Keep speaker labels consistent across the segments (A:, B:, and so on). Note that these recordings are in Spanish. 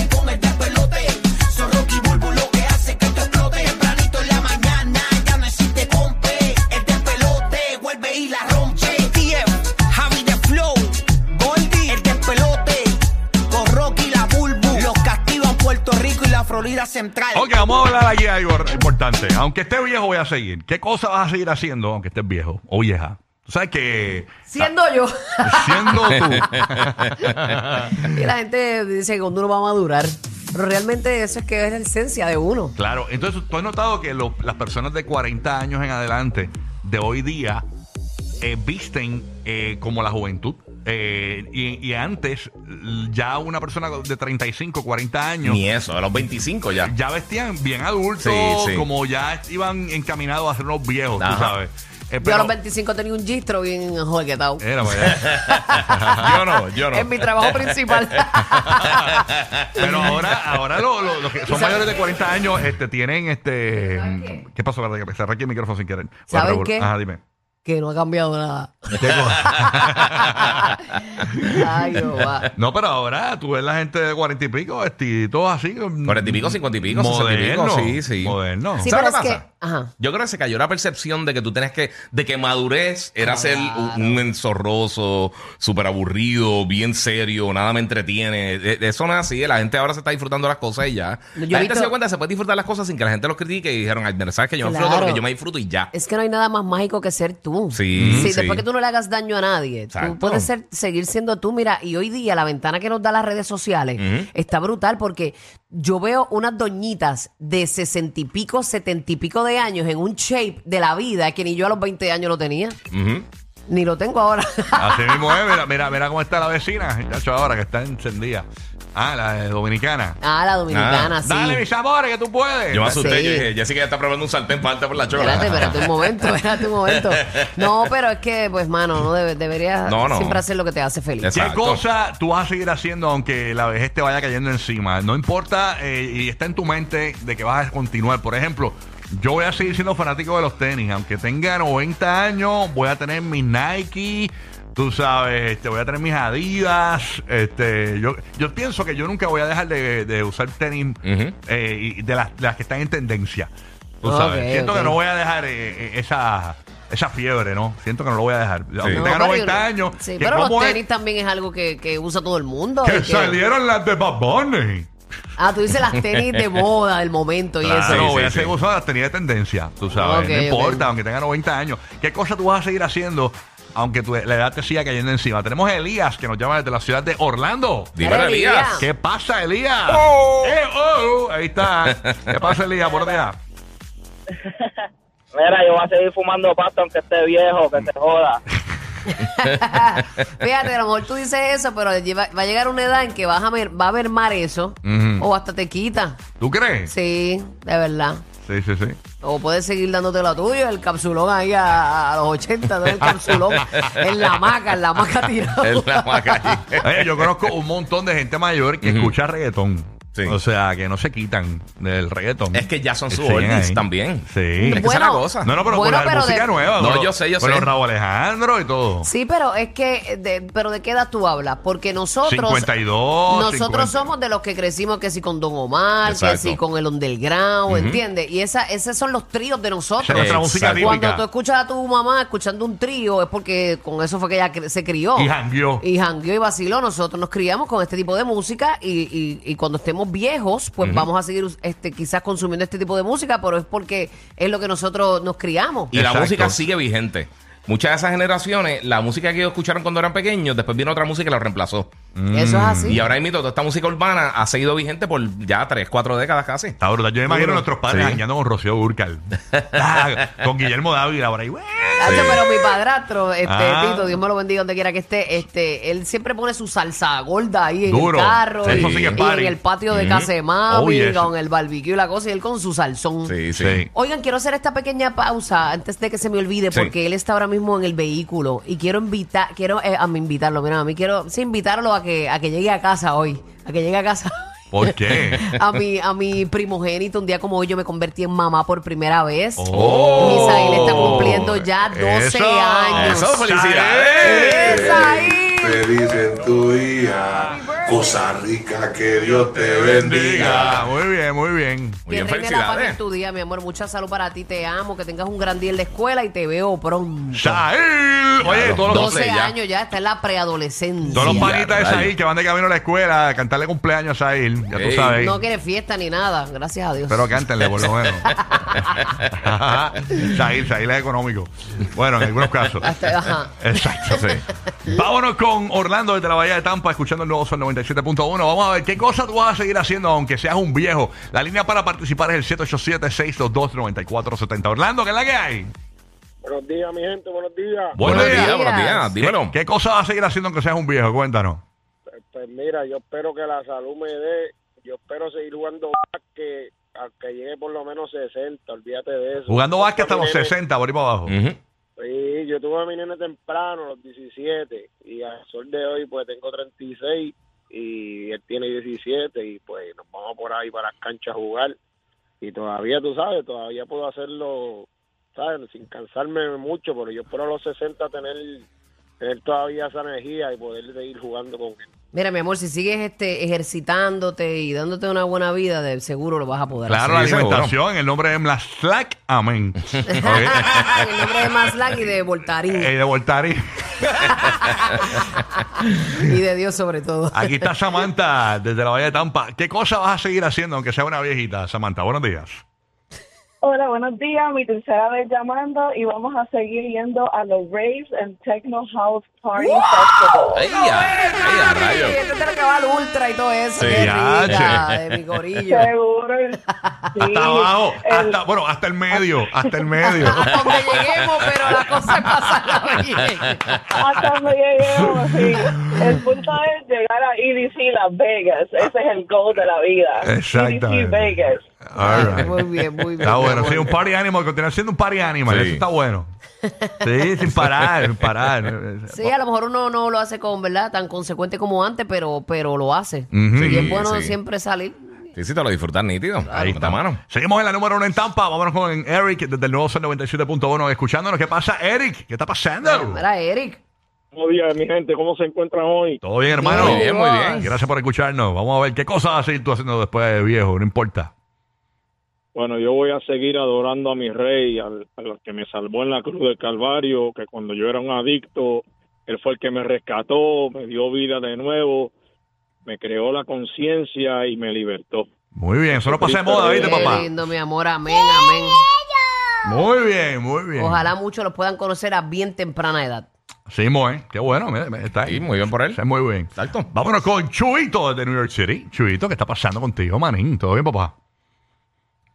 A: y con el despelote. Son Rocky Bulbo lo que hace que te explote. Tempranito en la mañana ya no existe compe. El despelote vuelve y la rompe. JTF, Javi de Flow, Goldie, el despelote. Con Rocky y la Bulbo. Los castigan Puerto Rico y la Florida Central.
B: Ok, vamos a hablar aquí de algo importante. Aunque estés viejo, voy a seguir. ¿Qué cosa vas a seguir haciendo aunque estés viejo o vieja? Tú sabes que.
C: Siendo
D: Ah.
C: yo.
B: Siendo tú.
C: Y la gente dice que cuando uno va a madurar. Pero realmente eso es que es la esencia de uno.
B: Claro, entonces tú has notado que lo- las personas de 40 años en adelante de hoy día eh, visten eh, como la juventud. Eh, y, y antes, l- ya una persona de 35, 40 años.
D: Ni eso, a los 25 ya.
B: ya vestían bien adultos,
D: Sí, sí.
B: como ya iban encaminados a ser unos viejos, tú
D: Ajá.
B: sabes. Eh,
C: yo a
B: pero-
C: los 25 tenía un gistro bien jorguetado.
B: Era, vaya.
D: yo no, Eh, yo no.
C: Es mi trabajo principal.
B: Pero ahora, ahora lo- lo- los que son mayores de 40 años este, tienen este. ¿Qué? pasó, verdad? Que cerré aquí el micrófono sin querer. Fue
C: ¿Saben
B: revol-
C: qué?
B: Ajá, dime.
C: que no ha cambiado nada.
B: ¿Qué cosa?
C: Ay, Jehová.
B: no, pero ahora tú ves la gente de 40 y pico vestiditos así. mm,
D: 40 y pico, 50 y pico, 60 y pico,
B: Moderno,
D: sí, sí.
B: Moderno.
C: Sí,
D: ¿Sabes
C: pero
D: qué
C: es
D: pasa?
C: que. Ajá.
D: Yo creo que se cayó la percepción de que tú tenías que, de que madurez era ser un, un enzorroso, súper aburrido, bien serio, nada me entretiene. E- Eso no es así, la gente ahora se está disfrutando las cosas y ya.
C: Yo he
D: la gente
C: visto-
D: se dio cuenta que se puede disfrutar las cosas sin que la gente los critique y dijeron, ay, mira, sabes que yo me disfruto
C: Claro.
D: lo que yo me disfruto y ya.
C: Es que no hay nada más mágico que ser tú.
D: Sí, sí.
C: después que tú no le hagas daño a nadie.
D: Exacto.
C: Tú puedes ser, seguir siendo tú. Mira, y hoy día la ventana que nos da las redes sociales está brutal porque yo veo unas doñitas de sesenta y pico, setenta y pico de años en un shape de la vida que ni yo a los 20 años lo tenía.
D: Ujú.
C: Ni lo tengo ahora.
B: Así mismo es, mira, mira, mira cómo está la vecina, chacho, ahora que está encendida. Ah, la de dominicana.
C: ah, la dominicana,
D: Ah,
C: sí.
B: Dale, mis amores, que tú puedes.
D: Yo me asusté,
C: Sí.
D: yo dije, Jessica ya está probando un sartén para darte por la chola.
C: Espérate, espérate un momento, espérate un momento. No, pero es que, pues, mano, no debe- deberías
D: No, no.
C: siempre hacer lo que te hace feliz.
B: ¿Qué
D: Exacto.
B: cosa tú vas a seguir haciendo aunque la vejez te vaya cayendo encima? No importa eh, y está en tu mente de que vas a continuar. Por ejemplo, yo voy a seguir siendo fanático de los tenis. Aunque tenga 90 años, voy a tener mis Nike. Tú sabes, este, voy a tener mis Adidas. Este, yo, yo pienso que yo nunca voy a dejar de, de usar tenis
D: Ujú.
B: eh, y de las, de las que están en tendencia. Tú
C: Ok,
B: sabes. Siento
C: ok.
B: que no voy a dejar eh, eh, esa, esa fiebre, ¿no? Siento que no lo voy a dejar. Aunque
D: No,
B: tenga
C: pero yo
B: 90
C: creo-
B: años.
C: Sí,
B: que
C: pero los
B: cómo es
C: tenis también es algo que, que usa todo el mundo. y
B: que
C: que-
B: salieron las de Bad Bunny.
C: Ah, tú dices las tenis de moda del momento y
B: Claro,
C: eso.
B: voy a
D: sí,
B: seguir
D: sí.
B: usando las tenis de tendencia, tú sabes.
C: Ok,
B: no
C: ok.
B: importa, aunque tenga 90 años. ¿Qué cosa tú vas a seguir haciendo aunque tu, la edad te siga cayendo encima? Tenemos a Elías que nos llama desde la ciudad de Orlando.
D: Dímelo,
C: Dale, Elías.
D: Elías.
B: ¿Qué pasa, Elías? Eh, oh, oh, ahí está. ¿Qué pasa, Elías? Buenos días.
E: Mira, yo voy a seguir fumando pasta aunque esté viejo, que se joda.
C: Fíjate, a lo mejor tú dices eso, pero lleva- va a llegar una edad en que vas a ver, va a ver mar eso.
B: Ujú.
C: O hasta te quita.
B: ¿Tú crees?
C: Sí, de verdad.
B: sí, sí. sí.
C: O puedes seguir dándote la tuya, el capsulón ahí a, a los 80, ¿no? el capsulón en la maca, en la maca tirado.
D: Es la maca ahí.
B: Oye, Eh, yo conozco un montón de gente mayor que escucha reggaetón.
D: Sí.
B: O sea, que no se quitan del reggaetón.
D: Es que ya son
B: Sí,
D: subordinados
B: ahí.
D: también.
B: Sí.
D: Es que esa es la cosa.
B: No, no, pero
C: Bueno,
B: con la
C: pero
B: música
C: de-
B: nueva.
D: No,
B: con los-
D: yo sé, yo
B: con
D: sé.
B: los Raúl Alejandro y todo.
C: Sí, pero es que, de- pero ¿de qué edad tú hablas? Porque nosotros...
B: 52,
C: Nosotros
B: 50.
C: somos de los que crecimos que si con Don Omar,
D: Exacto.
C: que si con el Underground, ¿entiendes? Y esa, esos son los tríos
B: Esa
C: de
B: es
C: nosotros.
B: nuestra música
D: Exacto.
B: típica.
C: Cuando tú escuchas a tu mamá escuchando un trío es porque con eso fue que ella cre- se crió.
B: Y jangueó.
C: Y jangueó y vaciló. Nosotros nos criamos con este tipo de música y, y- y cuando estemos viejos, pues vamos a seguir este, quizás consumiendo este tipo de música, pero es porque es lo que nosotros nos criamos.
D: Y
B: Exacto.
D: la música sigue vigente. Muchas de esas generaciones, la música que ellos escucharon cuando eran pequeños, después vino otra música y la reemplazó.
C: Eso es
B: Mm,
C: así.
D: Y ahora mismo toda esta música urbana ha seguido vigente por ya 3, 4 décadas casi.
B: Está brutal. Yo me imagino a nuestros padres
D: Sí.
B: jangueando con Rocío Burcal. Ah, con Guillermo Dávila ahora. Y, güey.
C: Hacho, pero mi padrastro, este,
B: Ah.
C: Tito, Dios me lo bendiga donde quiera que esté, este, él siempre pone su salsa gorda ahí en
B: Duro.
C: el carro
B: Sí,
C: y,
B: eso sí que es
C: y en
B: party.
C: el patio de
B: Ujú.
C: casa de mami,
B: Oh, yes.
C: con el barbecue y la cosa, y él con su salsón.
D: Sí, sí.
B: Sí.
C: Oigan, quiero hacer esta pequeña pausa antes de que se me olvide,
D: Sí.
C: porque él está ahora mismo en el vehículo y quiero invitar, quiero eh, a mí invitarlo, mira, a mí quiero sí, invitarlo a que, a que llegue a casa hoy, a que llegue a casa.
B: ¿Por qué?
C: a mi, a mi primogénito, un día como hoy yo me convertí en mamá por primera vez.
B: Oh.
C: Misael está cumpliendo ya 12
B: Eso.
C: años.
D: Eso,
B: ¡Felicidades!
C: Misael.
F: Feliz en tu día, cosa rica, que Dios te bendiga.
B: Muy bien, muy bien.
D: Muy
C: Que
D: bien,
C: reine la paz
D: felicidades.
C: en tu día, mi amor. Mucha salud para ti. Te amo. Que tengas un gran día en la escuela y te veo pronto.
B: Shail. Oye,
D: Claro.
B: todos los,
C: 12
D: ya.
C: años ya, está en la preadolescencia.
B: todos los
D: Sí,
B: panitas de
D: rayo.
B: Shail que van de camino a la escuela a cantarle cumpleaños a Shail. Ya tú
D: Ey.
B: sabes.
C: No quiere fiesta ni nada, gracias a Dios.
B: Pero cántenle, por lo menos. Shail, Shail es económico. Bueno, en algunos casos.
C: Hasta- ajá.
B: Exacto, sí. Vámonos con Orlando desde la Bahía de Tampa, escuchando el nuevo Sol 97.1. Vamos a ver qué cosa tú vas a seguir haciendo, aunque seas un viejo. La línea para participar es el 787-622-9470. Orlando, ¿qué es la que hay?
E: Buenos días, mi gente, buenos días.
D: Buenos
C: Buenos
D: días,
C: días.
D: buenos días. Dímelo.
B: ¿Qué, qué cosa vas a seguir haciendo, aunque seas un viejo? Cuéntanos.
E: Pues mira, yo espero que la salud me dé, yo espero seguir jugando que que llegue por lo menos 60, olvídate de eso.
B: Jugando
E: Yo
B: básquet hasta
E: tuve
B: los
E: a mi nene-
B: 60, por ahí para abajo.
D: Ujú.
E: Sí, yo tuve a mi nene temprano, a los 17, y al sol de hoy pues tengo 36 y él tiene 17 y pues nos vamos por ahí para las canchas a jugar. Y todavía, tú sabes, todavía puedo hacerlo, ¿sabes? Sin cansarme mucho, pero yo espero a los 60 tener, tener todavía esa energía y poder seguir jugando con él.
C: Mira, mi amor, si sigues este, ejercitándote y dándote una buena vida, de seguro lo vas a poder
B: Claro,
D: Sí,
B: la
D: seguro.
B: alimentación, el nombre es la Slack, amén.
C: hacer.
B: Ok.
C: en el nombre de Maslack y de Voltarín
B: Eh, de Voltari.
C: y de Dios sobre todo.
B: Aquí está Samantha desde la Bahía de Tampa. ¿Qué cosa vas a seguir haciendo, aunque sea una viejita, Samantha? Buenos días.
G: Hola, buenos días. Mi tercera vez llamando y vamos a seguir yendo a los Raves and Techno House Party Festival.
D: Ay, ya. Ay, ya,
C: Ay,
D: rayo.
C: este es el que va al ultra y todo eso.
D: Sí,
C: qué
B: ya,
C: rica,
B: che.
C: de mi corillo.
G: Seguro. el- sí,
B: Hasta abajo,
G: el-
B: hasta, bueno, hasta el medio, hasta el medio.
C: Hasta donde lleguemos, pero la cosa pasa la vida.
G: hasta donde lleguemos, sí. El punto es llegar a EDC Las Vegas. Ese es el goal de la vida. EDC
B: Exactamente.
G: Vegas.
B: All right.
C: Muy bien, muy bien.
B: Está bueno,
C: mi
B: sí, un
C: amor.
B: party animal, continuar siendo un party animal,
D: Sí.
B: eso está bueno. Sí, sin parar, sin parar.
C: Sí, a lo mejor uno no lo hace con, ¿verdad? Tan consecuente como antes, pero, pero lo hace.
B: Ujú.
C: Y
D: Sí,
C: es bueno
D: sí.
C: siempre salir.
D: Sí, sí, te lo disfrutas nítido. Ahí está, mano.
B: Seguimos en la número uno en Tampa. Vámonos con Eric desde el nuevo Sol 97.1 escuchándonos. ¿Qué pasa, Eric? ¿Qué está pasando?
C: Mira, Eric.
E: Buenos días, mi gente, ¿cómo se encuentran hoy?
B: Todo bien, hermano.
D: Muy bien, muy bien.
B: Gracias por escucharnos. Vamos a ver qué cosas vas a seguir tú haciendo después de viejo, no importa.
E: Bueno, yo voy a seguir adorando a mi rey, al, al que me salvó en la cruz del Calvario, que cuando yo era un adicto, él fue el que me rescató, me dio vida de nuevo, me creó la conciencia y me libertó.
B: Muy bien, eso no pasa de moda, ¿viste,
C: Qué
B: papá?
C: lindo, mi amor. Amén, amén.
B: Muy bien, muy bien.
C: Ojalá muchos los puedan conocer a bien temprana edad.
B: Sí, Moe, qué bueno, mira, mira, está ahí.
D: Sí, muy bien por él.
B: Está muy bien.
D: Exacto.
B: Vámonos con Chuito desde New York City. Chuito, ¿qué está pasando contigo, manín? ¿Todo bien, papá?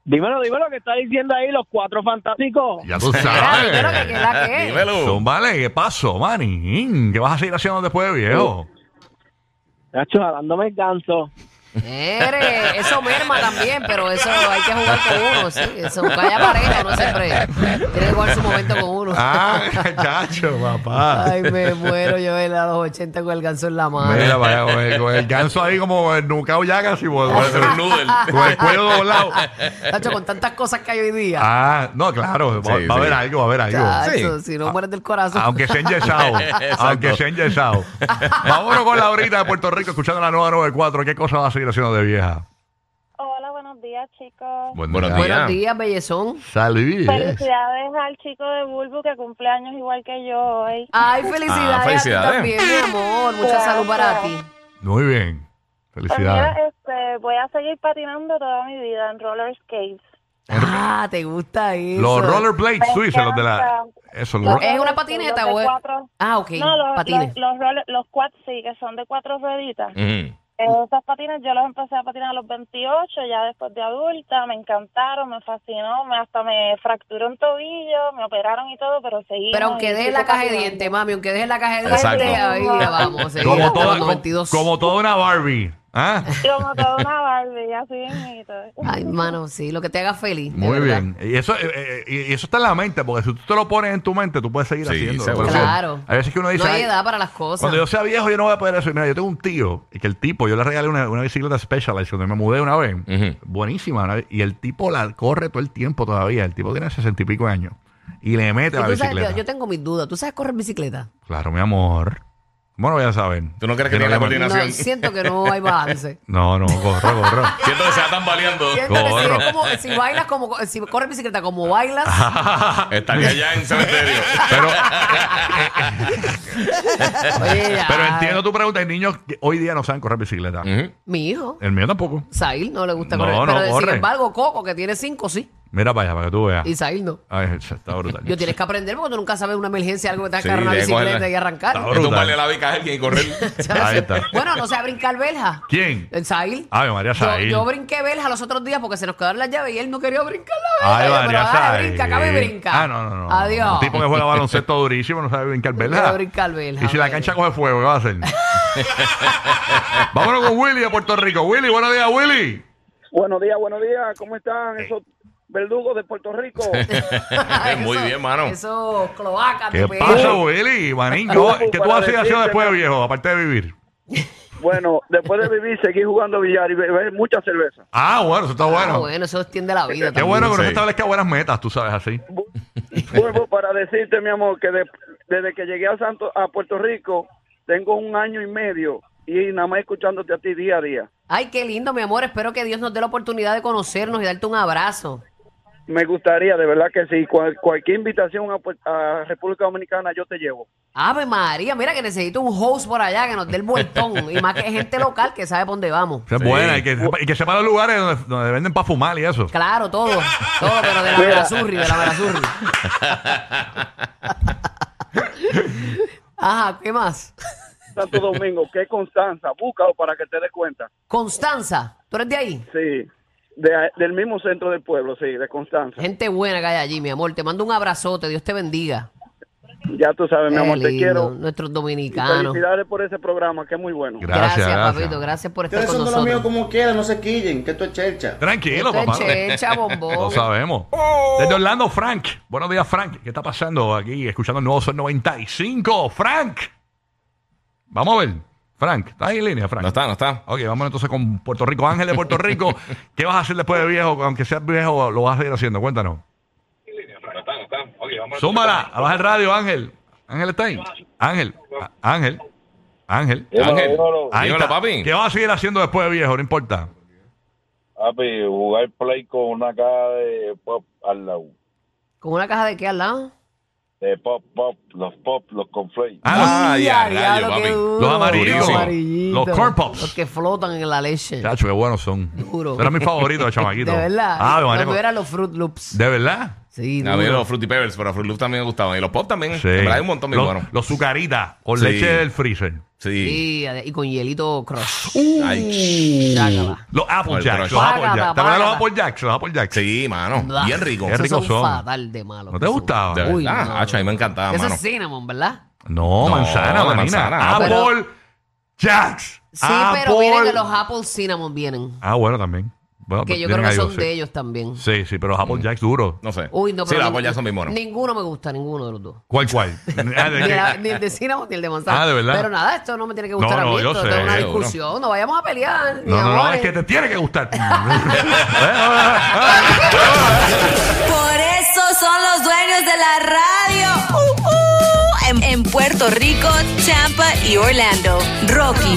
E: Dímelo, dímelo, que está diciendo ahí los cuatro fantásticos?
B: Ya tú
C: Mira, mira, que-
B: sabes.
C: que la que es.
D: Dímelo.
B: Vale, ¿qué pasó, manín? ¿Qué vas a seguir haciendo después de
D: Uh.
B: viejo?
E: Nacho, dándome el ganso.
C: Eres, eso merma también, pero eso hay que jugar con uno, sí. Eso haya pareja, uno siempre tiene que jugar su momento con uno.
B: Ah, chacho, papá.
C: Ay, me muero yo él a los 80 con el ganso en la mano.
B: Mira, vaya, con el, con el ganso ahí como el nucao ya casi, con
D: Voy a hacer un
B: el-
D: noodle.
B: con el cuello doblado.
C: Tacho, con tantas cosas que hay hoy día.
B: Ah, no, claro, va,
D: Sí,
B: va a
D: sí.
B: haber algo, va a haber algo.
C: Tacho,
D: sí.
C: si
B: Ah,
C: no mueres del corazón.
B: Aunque sea enyesado. aunque sea enyesado. Vámonos con Laurita de Puerto Rico, escuchando la nueva 94. ¿Qué cosa va a seguir haciendo de vieja?
H: Hola, buenos días, chicos.
D: Buenos días.
C: Buenos días, bellezón.
B: Salud. ¿eh?
H: Felicidades al chico de Bulbo que cumple años igual que yo hoy.
C: Ay, felicidades,
D: Ah, felicidades.
C: a ti también, mi amor. Mucha
H: Gracias.
C: salud para ti.
B: Muy bien.
H: Pues mira,
B: Felicidades.
H: este, voy a seguir patinando toda mi vida en roller skates.
C: Ah, ¿te gusta eso?
B: Los rollerblades,
H: Me
B: tú dices, los de la.
H: encanta.
B: Eso, los
C: Lo-
B: ro-
C: ¿Es una
H: Este, Los de
C: patineta o es-
H: cuatro-
C: Ah, ok,
H: No, los,
C: patines. Mm.
H: los, los, roller- los quads sí, que son de cuatro rueditas.
D: Ujú.
H: Esas patines yo los empecé a patinar a los 28, ya después de adulta, me encantaron, me fascinó, me hasta me fracturó un tobillo, me operaron y todo, pero seguí.
C: Pero aunque dejes
H: deje
C: la caja de dientes, mami, aunque dejes la caja de
D: Exacto.
C: dientes, ahí vamos. sí,
B: como,
C: hasta
B: toda,
C: los
B: co-
C: 92.
B: como toda una Barbie. ¿Ah?
H: Como toda una Barbie, así mismito.
C: Ay, mano, sí, lo que te haga feliz. de
B: Muy
C: verdad.
B: bien. Y eso, eh, eh, y eso está en la mente, porque si tú te lo pones en tu mente, tú puedes seguir
D: Sí,
B: haciendo.
D: seguro.
C: Claro.
B: A veces que uno dice.
C: no hay
B: "Ay,
C: edad para las cosas.
B: Cuando yo sea viejo, yo no voy a poder eso. Y Mira, yo tengo un tío, y que el tipo, yo le regalé una, una bicicleta Specialized cuando me mudé una vez.
D: Ujú.
B: Buenísima. ¿no? Y el tipo la corre todo el tiempo todavía. El tipo tiene sesenta y pico de años. Y le mete
C: Y
B: a la
C: tú sabes,
B: bicicleta.
C: yo, yo tengo mis dudas. ¿Tú sabes correr bicicleta?
B: Claro, mi amor. Bueno, ya saben.
D: ¿Tú no crees que
B: Yo
D: tiene la
B: le-
D: coordinación?
C: No,
D: Nación.
C: siento que no hay balance.
B: No, no, corro, corro.
D: Siento que se va tambaleando.
C: Siento que si,
B: Corro.
C: es como, si bailas como si corres bicicleta como bailas,
D: Estaría allá en cementerio.
B: Pero,
C: oye, ya.
B: pero entiendo tu pregunta. Hay niños que hoy día no saben correr bicicleta.
D: Ujú.
C: Mi hijo,
B: El mío tampoco.
C: Sail, no le gusta
B: No,
C: correr.
B: no
C: pero sin
B: corre.
C: embargo, Coco, que tiene cinco, sí.
B: Mira para allá, para que tú veas.
C: Y Sail no.
B: Ay, está brutal.
C: Yo tienes que aprender porque tú nunca sabes una emergencia, algo que te vas
D: Sí,
C: a cargar una
D: debe cogerla.
C: bicicleta y arrancar.
B: Ahora-
D: Es tumbarle la bica a alguien y correr.
B: Ahí está. Ah,
C: Bueno, no sé brincar belja.
B: ¿Quién?
C: El Sail.
B: Ay, María
C: Yo,
B: Sail.
C: yo brinqué belja los otros días porque se nos quedaron las llaves y él no quería brincar la belja.
B: Ay,
C: Yo, pero
B: María
C: dale,
B: Saez.
C: brinca, acá me brinca.
B: Ah, no, no, no.
C: Adiós.
B: Un tipo que juega baloncesto durísimo no sabe brincar,
C: No
B: ¿verdad?
C: sabe brincar belja,
B: Y si la
C: hombre.
B: cancha coge fuego, ¿qué va a hacer? Vámonos con Willy de Puerto Rico. Willy, buenos días, Willy.
E: Buenos días, buenos días. ¿Cómo están esos verdugos de Puerto Rico?
D: Muy
C: Eso-
D: bien, mano.
C: Eso, cloaca, Ah,
B: ¿Qué
C: TPS.
B: pasa, Willy? Manín, ¿no? ¿qué tú
E: Para
B: has sido
E: decirte,
B: después,
E: ¿no?
B: viejo? Aparte de vivir.
E: bueno, después de vivir, seguí jugando billar y beber mucha cerveza.
B: Ah, bueno, eso está
C: Ah,
B: bueno.
C: bueno, eso extiende la
B: Qué
C: vida. también.
B: bueno que uno
D: Sí.
B: se establezca buenas metas, tú sabes, así.
E: Bu- Vuelvo para decirte, mi amor, que de- desde que llegué a, Santo, a Puerto Rico, tengo un año y medio y nada más escuchándote a ti día a día.
C: Ay, qué lindo, mi amor. Espero que Dios nos dé la oportunidad de conocernos y darte un abrazo.
E: Me gustaría, de verdad que sí. Cual- cualquier invitación a, Puer- a República Dominicana yo te llevo.
C: Ave María, mira que necesito un host por allá que nos dé el vueltón. y más que gente local que sabe por dónde vamos.
B: Eso es
D: Sí.
B: buena. Y que, y que sepa los lugares donde, donde venden para fumar y eso.
C: Claro, todo. Todo, pero de la
E: Mira.
C: Verazurri, de la Verazurri. Ajá, ¿qué más?
E: Santo Domingo, que es Constanza, búscalo para que te des cuenta.
C: Constanza, ¿tú eres de ahí?
E: Sí, de- del mismo centro del pueblo, sí, de Constanza.
C: Gente buena que hay allí, mi amor. Te mando un abrazote. Dios te bendiga.
E: Ya tú sabes, mi
C: Qué
E: amor, te
C: lindo,
E: quiero.
C: Nuestros
E: Y
C: dominicanos.
E: felicidades por ese programa, que es muy bueno.
C: Gracias,
B: Gracias, gracias.
C: papito. Gracias por estar
I: Ustedes
C: con
I: son de los míos
C: nosotros.
I: como quieran, no se quillen, que esto es chelcha.
B: Tranquilo, papá.
C: Este checha, bombón.
B: Lo sabemos. Desde Orlando, Frank. Buenos días, Frank. ¿Qué está pasando aquí? Escuchando el nuevo Sol 95. Frank. Vamos a ver. Frank, ¿estás ahí en línea, Frank?
D: No está, no está.
B: Ok, vamos entonces con Puerto Rico. Ángel de Puerto Rico, ¿qué vas a hacer después de viejo? Aunque seas viejo, lo vas a seguir haciendo. Cuéntanos. Súmala, baja el radio, Ángel. Ángel está ahí. Ángel, Á- Ángel, Ángel.
D: Ángel,
B: Ahí
D: dímelo,
B: está.
D: papi.
B: ¿Qué vas a seguir haciendo después de viejo? No importa.
J: Papi, jugar play con una caja de pop al lado.
C: ¿Con una caja de qué al lado?
J: De Eh, pop, pop, los pop, los conflay.
B: Ah,
D: Ay,
C: Y
D: a
C: al
D: rayo,
C: diablo, qué
D: papi.
C: duro.
B: Los amarillos.
C: Los amarillitos.
B: Los corn pops.
C: Los que flotan en la leche.
B: los- chacho, qué buenos son.
C: Duro.
B: Eran mis favoritos, de
C: De
B: chamaquito.
C: verdad.
B: Ah, de manera-
C: Cuando eran los Fruit Loops.
B: ¿De verdad?
C: Sí,
D: A mí
C: duro.
D: los Fruity Pebbles, pero Fruit Loops también me gustaban. Y los Pop también.
B: Sí.
D: En verdad Hay un montón, mi
B: los,
D: bueno.
B: Los sucaritas con
D: Sí.
B: leche del freezer.
D: Sí.
C: Sí, ade- y con hielito crush.
D: Ay,
B: Uh.
C: Chácala.
B: Los Apple
D: Ay,
B: Jacks.
D: pero-
B: Los Apple Jacks.
C: Págala,
B: ¿Te acuerdas de los
C: págala.
B: Apple Jacks? Los Apple Jacks.
D: Sí, mano.
C: Bah,
D: Bien rico.
B: Qué
C: Esos
B: ricos son.
C: fatal de malos.
B: ¿No te
C: que son.
B: gustaba?
D: De
C: Uy,
D: verdad.
C: no.
D: Hacho, a mí me encantaba,
C: Ese
D: mano.
C: es cinnamon, ¿verdad?
B: No,
D: No,
B: manzana,
D: la
B: manina.
D: manzana.
B: Apple
C: Pero-
B: Jacks.
C: Sí, pero
B: Apple-
C: vienen que los Apple Cinnamon vienen.
B: Ah, bueno, también. Bueno,
C: Que yo
B: vienen
C: creo que
B: ahí,
C: son
B: sí.
C: de ellos también.
B: Sí, sí, pero los
D: Mm.
B: Apple Jacks duros.
D: No sé.
C: Uy, no,
D: sí,
C: pero
D: las
C: nin-
D: pollas son mis monos.
C: Ninguno me gusta, ninguno de los dos.
B: ¿Cuál, cuál? Ah, de
C: Ni,
B: que-
C: la- ni el de cinnamon ni el de manzana.
B: Ah, ¿de verdad?
C: Pero nada, esto no me tiene que
B: No,
C: gustar a
B: no,
C: mí.
B: yo
C: esto
B: sé,
C: es una
D: seguro.
C: discusión. No vayamos a pelear.
B: No,
C: mi
B: no, no,
C: amor.
B: es que te tiene que gustar. Por
K: Por eso son los dueños de la radio. Uh, uh. En, en Puerto Rico, Tampa y Orlando. Rocky,